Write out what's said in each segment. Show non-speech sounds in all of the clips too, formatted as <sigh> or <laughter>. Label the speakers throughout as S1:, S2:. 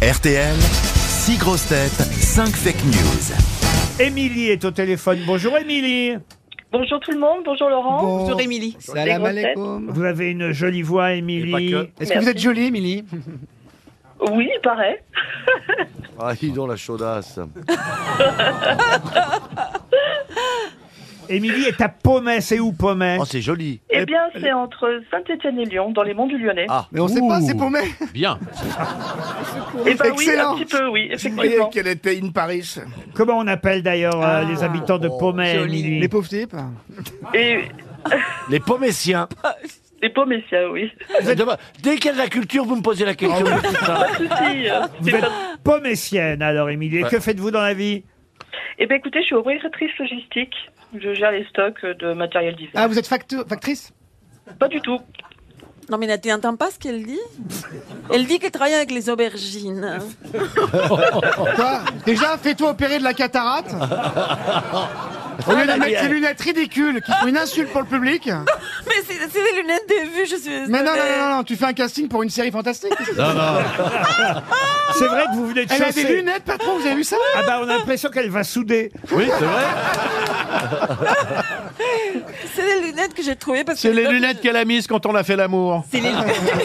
S1: RTL, 6 grosses têtes, 5 fake news.
S2: Émilie est au téléphone. Bonjour Émilie.
S3: Bonjour tout le monde, bonjour Laurent.
S4: Bonjour Émilie.
S3: Les
S5: Salam
S3: grosses têtes.
S5: alaikum.
S2: Vous avez une jolie voix, Émilie.
S5: Est-ce que vous
S3: Merci.
S5: êtes jolie, Émilie
S3: Oui, il paraît.
S6: Ah, dis donc, la chaudasse.
S2: Émilie est à Pommet. C'est où Pommet
S6: Oh, c'est joli.
S3: Eh bien, c'est entre Saint-Étienne et Lyon, dans les monts du Lyonnais.
S6: Ah,
S5: Mais on sait pas, c'est paumé.
S7: Bien.
S3: eh ben oui, un
S5: excellent.
S3: petit peu, oui,
S5: Je croyais
S3: effectivement.
S5: qu'elle était in Paris.
S2: Comment on appelle d'ailleurs euh, les habitants de Pommet,
S4: joli.
S2: Émilie
S5: Les pauvres types.
S3: Et
S6: les pomméciens.
S3: les pomméciens, oui. <laughs>
S6: Vous êtes- Dès qu'il y a de la culture, vous me posez la question.
S3: Ceci, euh,
S2: Vous
S3: c'est
S2: êtes
S3: pas-
S2: Pommessienne alors, Émilie. Et
S6: Ouais.
S2: Que faites-vous dans la vie
S3: Eh bien, écoutez, je suis opératrice logistique. Je gère les stocks de matériel divers.
S5: Ah, vous êtes facteur- factrice
S3: Pas du tout.
S4: Non mais tu n'entends pas ce qu'elle dit Elle dit qu'elle travaille avec les aubergines.
S5: Quoi Déjà, fais-toi opérer de la cataracte. Au lieu de mettre ces lunettes ridicules qui sont une insulte pour le public.
S4: Mais c'est c'est des lunettes de vue, je suis
S5: Mais non, non,
S4: désolée.
S5: non, non, tu fais un casting pour une série fantastique.
S2: C'est vrai que vous venez de
S5: Elle a des
S2: chausser.
S5: lunettes, patron, vous avez vu ça
S2: Ah bah on a l'impression qu'elle va souder.
S6: Oui, c'est vrai.
S4: C'est des lunettes que j'ai trouvées parce que...
S7: C'est les lunettes qu'elle a mises quand on a fait l'amour.
S4: C'est les,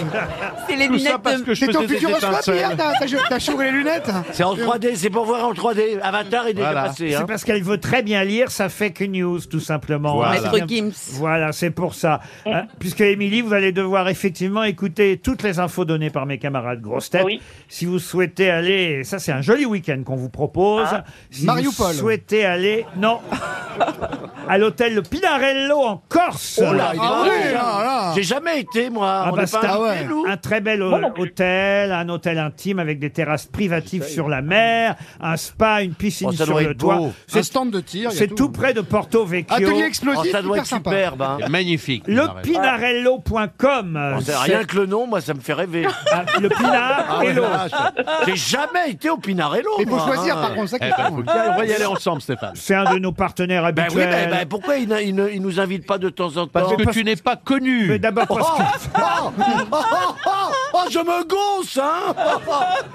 S7: <laughs>
S4: c'est les
S7: Tout ça
S4: lunettes
S7: parce
S4: de...
S7: que je
S5: C'est ton
S7: faisais des
S5: futuroscope hier,
S7: étincelles.
S5: t'as- t'as t'as chouré les lunettes.
S6: C'est en 3D, c'est pour voir en 3D. Avatar est déjà
S7: Voilà.
S6: passé.
S2: C'est
S6: Hein.
S2: parce qu'elle veut très bien lire sa fake news, tout simplement.
S7: Voilà.
S2: Hein,
S7: Maître
S2: c'est bien-
S4: Gims.
S2: Voilà, c'est pour
S3: <laughs>
S2: ça. Hein, puisque Émilie, vous allez devoir effectivement écouter toutes les infos données par mes camarades grosses têtes.
S3: Oui.
S2: Si vous souhaitez aller, ça c'est un joli week-end qu'on vous propose.
S3: Ah.
S2: Si
S5: Mariupol.
S2: vous souhaitez aller,
S3: <laughs>
S2: non, à l'hôtel Pinarello en Corse.
S6: Oh là, il est
S5: Ah
S6: vrai.
S5: oui, là, là.
S6: J'ai jamais été, moi.
S2: Ah
S6: on
S2: bah,
S6: n'est
S2: c'est
S6: pas
S2: un,
S6: invité,
S5: ouais.
S6: nous
S2: un très bel euh,
S3: Moi non plus.
S2: hôtel, un hôtel intime avec des terrasses privatives sur la mer, un spa, une piscine
S6: Oh, ça
S2: sur
S6: doit
S2: le
S6: être
S2: toit.
S6: beau.
S5: C'est
S2: C'est
S5: stand de tir. y a
S2: c'est tout près de Porto Vecchio.
S5: Atelier
S6: Oh,
S5: explosif,
S6: ça doit
S5: hyper
S6: être
S5: sympa.
S6: superbe. hein.
S7: Magnifique.
S2: Le pinarello.com. euh,
S6: On sait Ah, Rien que le nom, moi, ça me fait rêver.
S2: Ah, le pinarello.
S6: J'ai jamais été au Pinarello.
S5: Il faut
S6: moi,
S5: choisir,
S6: hein.
S5: par contre, ça qui
S7: Eh
S5: est
S7: ben,
S5: con.
S7: faut bien- on va y aller ensemble, Stéphane.
S2: C'est un de nos partenaires
S6: Ben
S2: habituels.
S6: oui, ben, ben, pourquoi il, ne- il ne- il nous invite pas de temps en temps
S7: Parce que tu n'es pas
S2: Mais
S7: connu.
S2: d'abord
S6: Oh,
S2: parce que...
S6: oh, oh, oh, oh, je me gonce, hein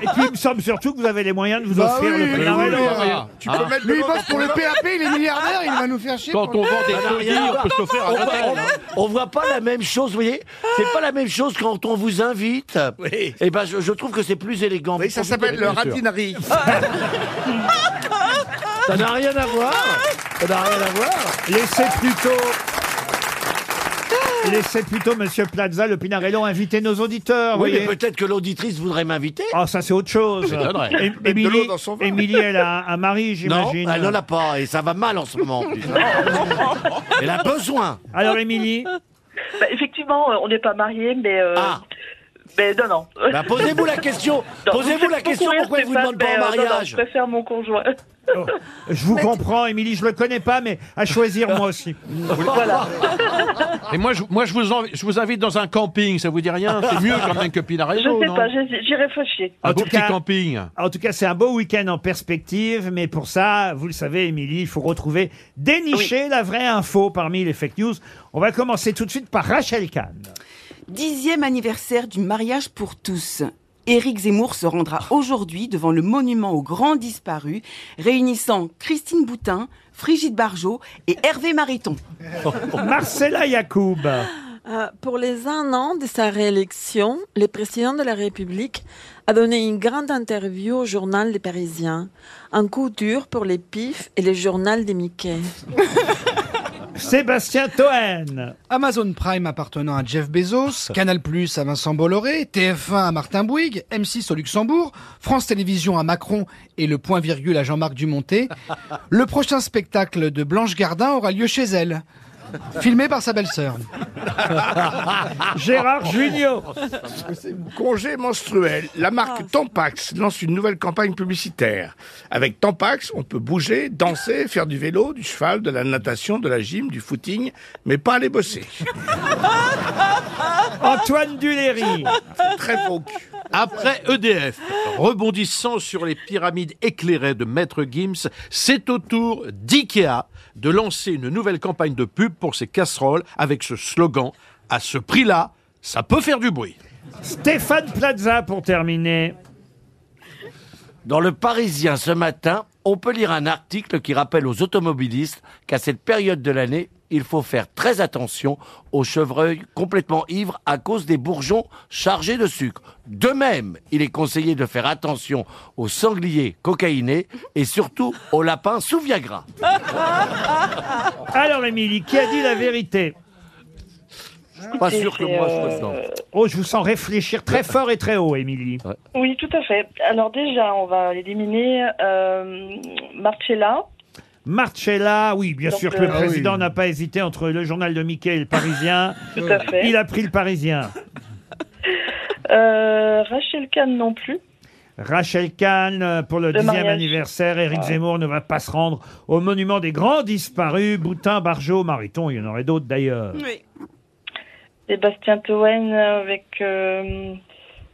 S2: Et puis il me semble surtout que vous avez les moyens de vous
S5: Bah
S2: offrir
S5: oui,
S2: le
S5: oui,
S2: Pinarello.
S5: oui,
S7: Ah,
S5: oui.
S7: ah.
S5: Lui, il bosse pour le PAP, il est milliardaire, il va nous faire chier.
S7: Quand
S5: pour
S7: on
S5: le-
S7: vend des
S6: Ah,
S7: produits,
S6: rien.
S7: on peut s'offrir un
S6: on, voit-
S7: hôtel.
S6: on- on voit pas la même chose, vous voyez C'est pas la même chose quand on vous invite.
S8: Oui.
S6: Et ben, je, je trouve que c'est plus élégant.
S8: Oui, ça s'appelle le ratinari.
S6: Ça n'a rien à voir. Ça n'a rien à voir.
S2: Laissez plutôt. Laissez plutôt Monsieur Plaza, le Pinarello, inviter nos auditeurs. vous
S6: Oui, mais
S2: voyez.
S6: peut-être que l'auditrice voudrait m'inviter.
S2: Ah, ça c'est autre chose.
S7: m'étonnerait.
S2: É-
S8: de
S2: Émilie,
S8: l'eau dans son vin.
S2: Émilie, elle a un, un mari,
S6: Non,
S2: j'imagine.
S6: elle n'en a pas et ça va mal en ce
S2: <laughs>
S6: moment. en plus. elle a besoin.
S2: Alors Émilie,
S3: Bah, effectivement, euh, on n'est pas mariés, mais... euh,
S6: Ah.
S3: Mais non, non.
S6: Bah, posez-vous la question.
S3: <laughs> Non,
S6: Posez-vous
S3: faites
S6: la
S3: beaucoup
S6: question
S3: rire,
S6: pourquoi elle vous
S3: Stéphane,
S6: demande pas
S3: mais,
S6: en
S3: euh, non, non,
S6: mariage.
S3: Je préfère mon conjoint.
S2: oh, je vous comprends, Émilie, je le connais pas, mais à choisir moi aussi.
S7: Et moi, je, moi je, vous en- je vous invite dans un camping, ça vous dit rien C'est mieux quand même que
S3: Je
S7: Pinarello,
S3: sais
S7: non
S3: pas, j'hésite, j'y réfléchis.
S2: En
S7: Un
S2: tout
S7: beau petit
S2: cas-
S7: camping.
S2: En tout cas, c'est un beau week-end en perspective, mais pour ça, vous le savez, Émilie, il faut retrouver, dénicher la vraie info parmi les fake news. On va commencer tout de suite par Rachel Kahn.
S9: Dixième anniversaire du mariage pour tous. Éric Zemmour se rendra aujourd'hui devant le monument aux grands disparus, réunissant Christine Boutin, Frigide Barjot et Hervé Mariton.
S2: Marcella Yacoub.
S4: Euh, pour les un an de sa réélection, le président de la République a donné une grande interview au journal Les Parisiens. Un coup dur pour les pifs et le journal des Mickey.
S2: Sébastien Toen.
S5: Amazon Prime appartenant à Jeff Bezos, Canal Plus à Vincent Bolloré, TF1 à Martin Bouygues, M6 au Luxembourg, France Télévisions à Macron et le point virgule à Jean-Marc Dumonté. Le prochain spectacle de Blanche Gardin aura lieu chez elle. Filmé par sa belle-sœur.
S2: Gérard Junior.
S8: Congé menstruel. La marque Tampax lance une nouvelle campagne publicitaire. Avec Tampax, on peut bouger, danser, faire du vélo, du cheval, de la natation, de la gym, du footing, mais pas aller bosser.
S2: Antoine Duléry.
S8: Très faux cul.
S7: Après EDF, rebondissant sur les pyramides éclairées de Maître Gims, c'est au tour d'IKEA de lancer une nouvelle campagne de pub pour ses casseroles avec ce slogan À ce prix-là, ça peut faire du bruit.
S2: Stéphane Plaza pour terminer.
S6: Dans le Parisien ce matin, on peut lire un article qui rappelle aux automobilistes qu'à cette période de l'année, il faut faire très attention aux chevreuils complètement ivres à cause des bourgeons chargés de sucre. De même, il est conseillé de faire attention aux sangliers cocaïnés et surtout aux lapins sous Viagra.
S2: Alors, Émilie, qui a dit la vérité
S6: Pas sûr que
S3: C'est,
S6: moi je
S3: euh,
S6: le sens.
S2: Oh, je vous sens réfléchir très fort et très haut, Émilie.
S3: Oui, tout à fait. Alors déjà, on va éliminer euh, Marcella.
S2: Marcella, oui, bien
S3: Donc,
S2: sûr que le
S3: euh,
S2: président n'a pas hésité entre le journal de Mickey et le Parisien.
S3: Tout à fait.
S2: Il a pris le Parisien.
S3: Euh, Rachel Kahn non plus.
S2: Rachel Kahn euh, pour le
S3: Le
S2: dixième
S3: mariage.
S2: anniversaire. Éric Zemmour ne va pas se rendre au monument des grands disparus. Boutin, Barjot, Mariton, il y en aurait d'autres d'ailleurs.
S9: Oui.
S3: Sébastien Toen avec euh,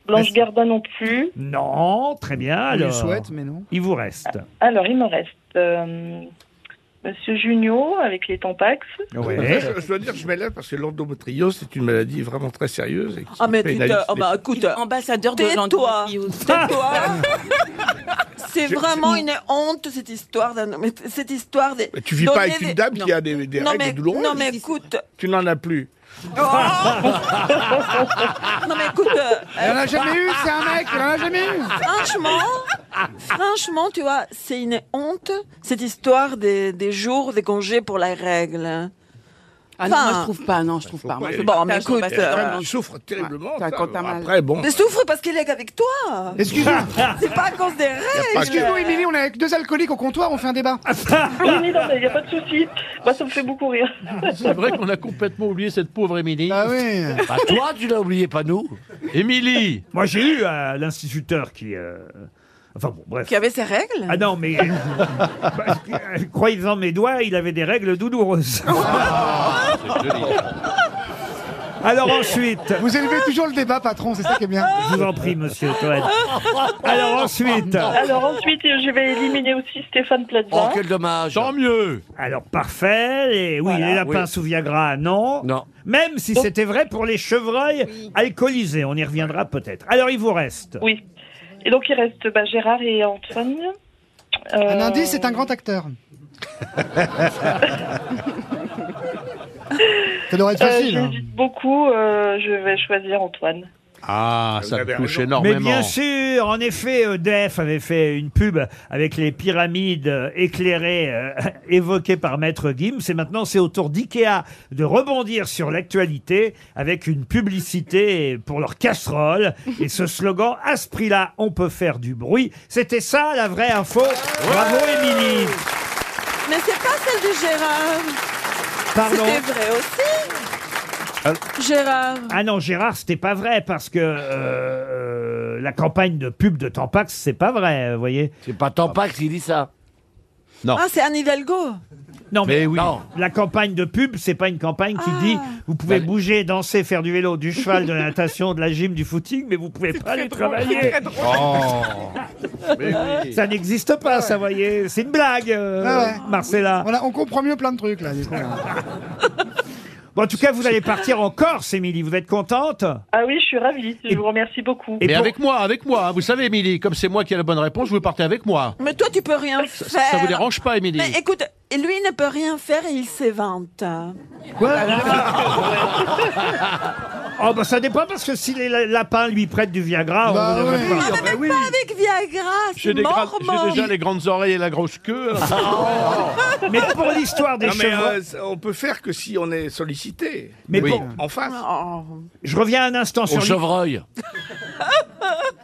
S3: Blanche
S5: Reste-
S3: Gardin non plus.
S2: Non, très bien.
S5: On lui
S2: Alors,
S5: souhaite, mais non.
S2: il vous reste.
S3: Alors, il me reste euh, Monsieur Junio avec les Tampax.
S2: Ouais.
S8: Je, je dois dire, je m'élève parce que l'endométriose, c'est une maladie vraiment très sérieuse. Et qui
S4: Ah, mais
S8: fait
S4: tu
S8: une
S4: te.
S8: analyse
S4: Oh, bah,
S9: Il
S4: écoute,
S9: est ambassadeur de
S4: tais-toi.
S8: <laughs>
S9: l'endométriose.
S4: Tais-toi. C'est
S8: Je-
S4: vraiment une honte, cette histoire. d'un- mais Cette histoire des.
S8: Mais tu vis pas
S4: donner
S8: avec une
S4: des-
S8: dame
S4: Non.
S8: qui a des, des
S4: non,
S8: règles
S4: mais,
S8: douloureuses.
S4: non, mais écoute,
S8: Tu n'en as plus.
S4: non, mais écoute, euh,
S5: Il
S8: Ah.
S5: en a jamais eu, c'est un mec, il en a jamais eu.
S4: franchement, franchement, tu vois, c'est une honte, cette histoire des, des jours, des congés pour les règles.
S9: Ah non, moi
S4: Enfin,
S9: je trouve pas, non, je trouve pas. Moi, je
S8: Bah, pas-
S4: Bon, mais
S9: partage,
S4: écoute, euh,
S9: parce que
S8: Elle
S9: vraiment,
S8: tu souffres terriblement.
S9: t'as-
S8: ça.
S9: quand t'as mal.
S8: Après, bon.
S4: Mais souffre parce qu'il est
S8: <laughs>
S4: avec toi.
S5: Excusez-moi,
S4: C'est pas à cause des règles.
S5: excuse-moi, Émilie, on est avec deux alcooliques au comptoir, on fait un débat. Ah.
S3: Oui, oui, non, mais il n'y a pas de souci. Moi, ça me fait beaucoup rire.
S7: C'est vrai qu'on a complètement oublié cette pauvre Émilie.
S5: Ah oui.
S6: Bah, toi, tu l'as oublié, pas nous.
S7: Émilie
S2: Moi, j'ai eu euh, l'instituteur qui. euh, Enfin bon, bref.
S4: Qui avait ses règles
S2: Ah non, mais. <laughs> Bah, euh, Croyez-en mes doigts, il avait des règles douloureuses. Alors ensuite.
S5: Vous élevez toujours le débat, patron, c'est ça qui est bien.
S2: Je vous en prie, monsieur Toen. Alors ensuite.
S3: Alors ensuite, je vais éliminer aussi Stéphane
S6: Oh,
S3: Plaza.
S6: quel dommage.
S7: Tant mieux
S2: Alors parfait. Et oui, les lapins
S6: oui.
S2: sous Viagra, non.
S6: Non. Oh.
S2: Même si c'était vrai pour les chevreuils alcoolisés. On y reviendra peut-être. Alors il vous reste.
S3: Oui. Et donc, il reste bah, Gérard et Antoine. Euh,
S5: Un indice, c'est un grand acteur. Ça devrait être
S3: euh,
S5: facile. hein.
S3: J'hésite beaucoup. euh, je vais choisir Antoine.
S7: Ah, ça me
S8: avez
S7: touche
S8: raison.
S2: Mais
S7: énormément.
S2: bien sûr, en effet, EDF avait fait une pub avec les pyramides euh, éclairées euh, <laughs> évoquées par Maître Gims. Et maintenant, c'est au tour d'IKEA de rebondir sur l'actualité avec une publicité pour leur casserole. Et ce slogan, à ce prix-là, on peut faire du bruit. C'était ça, la vraie info. Bravo, Émilie.
S4: Mais c'est pas celle de Gérard.
S2: Pardon.
S4: C'était vrai aussi. Gérard.
S2: Ah non, Gérard, c'était pas vrai parce que euh, la campagne de pub de Tampax, c'est pas vrai, euh, vous voyez.
S6: C'est pas Tampax qui dit ça.
S4: Ah, c'est Anne Hidalgo.
S2: Non, mais,
S6: oui. Non.
S2: La campagne de pub, c'est pas une campagne qui
S4: Ah.
S2: dit vous pouvez
S6: Bah,
S2: bouger, danser, faire du vélo, du cheval, de la natation, de la gym, du footing, mais vous pouvez pas aller travailler. Ça n'existe pas, ça, voyez. C'est une blague, euh,
S5: Ah ouais.
S2: Marcella.
S5: Voilà, on comprend mieux plein de trucs là. du coup, là.
S2: Bon, en tout cas, vous allez partir en Corse, Émilie. Vous êtes contente
S3: Ah oui, je suis ravie. Je
S2: Et-
S3: vous remercie beaucoup.
S2: Et
S7: Mais
S2: pour-
S7: avec moi, avec moi. hein. Vous savez, Émilie, comme c'est moi qui ai la bonne réponse, vous partez avec moi.
S4: Mais toi, tu peux rien faire.
S7: Ça vous dérange pas, Émilie
S4: Mais écoute, lui ne peut rien faire et il s'évente.
S8: Bah,
S2: Oh, bah ça dépend parce que si les la- lapins lui prêtent du Viagra, on
S5: Bah
S2: vous
S5: oui.
S2: pas.
S4: Ah, mais même pas avec Viagra,
S7: J'ai
S4: c'est
S7: des gra-
S4: mormon.
S7: j'ai déjà les grandes oreilles et la grosse queue.
S6: Ah,
S2: Mais pour l'histoire des
S8: Non, mais
S2: chevreuils-
S8: euh, ça- on peut faire que si on est sollicité.
S2: Mais
S7: Oui.
S2: pour-
S8: En face.
S4: Oh.
S2: je reviens un instant
S6: Au
S2: sur l'hi-
S6: chevreuil.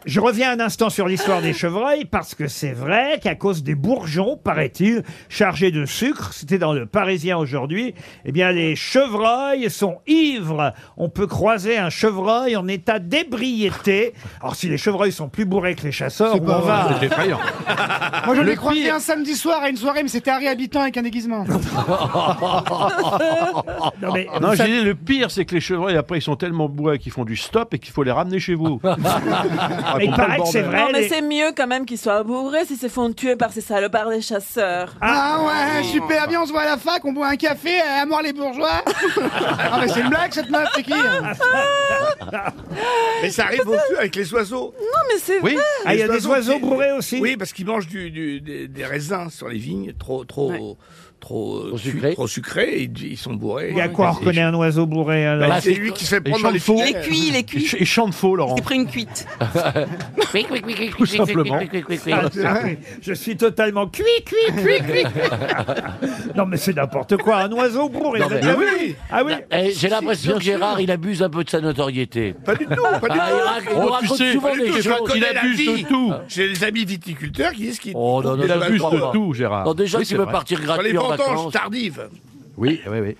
S2: Je reviens un instant sur l'histoire des chevreuils parce que c'est vrai qu'à cause des bourgeons, paraît-il, chargés de sucre, c'était dans le Parisien aujourd'hui, eh bien les chevreuils sont ivres. On peut croiser un chevreuil en état d'ébriété. Alors si les chevreuils sont plus bourrés que les chasseurs,
S5: C'est
S2: où
S5: pas
S2: on va
S7: C'est
S8: <laughs>
S7: effrayant.
S5: Moi, je
S7: Le
S5: l'ai croisé
S7: pire-
S5: un samedi soir à une soirée, mais c'était Harry Habitant avec un déguisement.
S2: Non, mais
S7: Non,
S5: Ah,
S2: vous
S7: j'ai
S2: savez-
S8: <laughs>
S7: dit, le pire, c'est que les chevreuils, après, ils sont tellement bourrés qu'ils font du stop et qu'il faut les ramener chez vous.
S2: Ah, mais il paraît que c'est
S5: ben.
S2: vrai.
S4: Non, mais
S2: les-
S4: c'est mieux quand même qu'ils soient bourrés s'ils se font tuer par ces salopards des chasseurs.
S5: Ah ouais, super bien, on se voit à la fac, on boit un café, euh, à mort les bourgeois. ah mais c'est une blague cette meuf, c'est qui hein
S8: Mais ça arrive aussi avec les oiseaux.
S4: Non, mais c'est
S7: Oui.
S4: vrai.
S2: Ah, il y a
S8: Les
S2: des oiseaux
S8: qui-
S2: bourrés aussi
S8: Oui, parce qu'ils mangent du, du- des, des raisins sur les vignes, trop, trop, trop, euh,
S6: Trop
S8: su-
S6: sucrés.
S8: trop sucrés, et ils sont bourrés.
S2: Il y a quoi, on reconnaît un oiseau bourré alors
S8: Bah, c'est
S6: c'est-
S8: lui qui se fait
S7: les
S8: prendre dans les
S7: champs de faux.
S9: Il
S8: filets.
S9: est cuit, il est
S7: Il,
S9: cuit.
S7: ch- il chante faux, Laurent.
S9: J'ai pris une cuite.
S7: Tout simplement.
S2: Ah, oui, Je suis totalement cuit, cuit, cuit, cuit. non, mais c'est n'importe quoi. Un oiseau bourré.
S6: Non,
S2: vous êtes
S6: mais-
S2: d'accord Ah oui.
S6: Eh, J'ai l'impression que Gérard, il abuse un peu de sa notoriété.
S8: Pas du tout, pas du
S6: Ah,
S8: tout.
S6: il
S8: Oh,
S6: rac- il nous
S7: Oh, tu
S6: raconte
S7: sais,
S6: souvent
S8: Pas du
S6: des
S8: tout, je
S6: choses.
S8: reconnais
S7: Il
S8: la
S7: abuse de
S8: vie.
S7: tout.
S8: J'ai des amis viticulteurs qui disent qu'ils
S6: Oh, non, non,
S8: des
S7: Il
S6: non,
S7: abuse
S8: oiseaux
S6: crois
S7: de
S6: pas.
S7: tout, Gérard.
S6: Non, déjà,
S7: Oui,
S6: tu
S7: c'est
S6: peux
S7: vrai.
S6: partir
S8: dans les
S6: gratuit en
S8: vendanges
S6: vacances.
S8: tardives.
S7: Oui, oui, oui.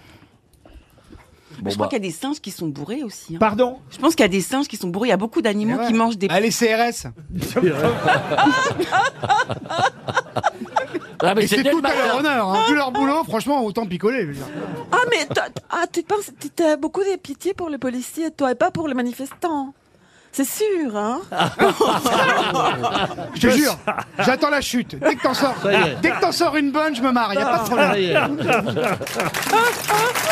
S6: Bon,
S9: Je crois
S6: bah.
S9: qu'il y a des singes qui sont bourrés aussi. hein.
S2: Pardon
S9: Je pense qu'il y a des singes qui sont bourrés. Il y a beaucoup d'animaux
S5: Ouais.
S9: qui mangent des.
S5: Ah les CRS.
S6: Ah, mais
S5: Et c'est
S6: dès le
S5: tout à
S6: matin.
S5: leur honneur, hein. vu leur boulot, franchement, autant picoler. je veux dire.
S4: Ah, mais toi- ah, tu penses, tu as beaucoup de pitié pour les policiers, toi, et pas pour les manifestants. C'est sûr, hein
S5: Je te jure, j'attends la chute.
S4: Ah,
S5: Dès que t'en sors, dès que t'en sors une bonne, je me marre, y a pas de problème.